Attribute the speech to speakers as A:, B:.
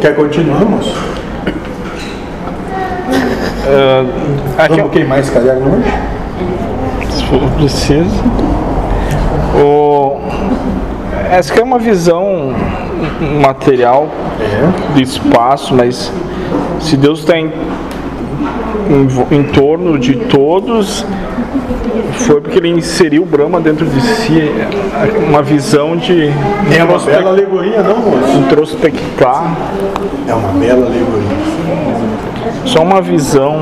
A: Quer continuar, moço?
B: Ah, aqui,
A: Vamos queimar esse caderno hoje?
B: se for preciso. O- Essa aqui é uma visão material
A: É.
B: do espaço, mas se Deus está em, em vo- em torno de todos, foi porque ele inseriu Brahma dentro de si, é, uma visão de
A: É uma
B: introspe-
A: bela alegoria, não, moço?
B: introspectar,
A: É uma bela alegoria.
B: só uma visão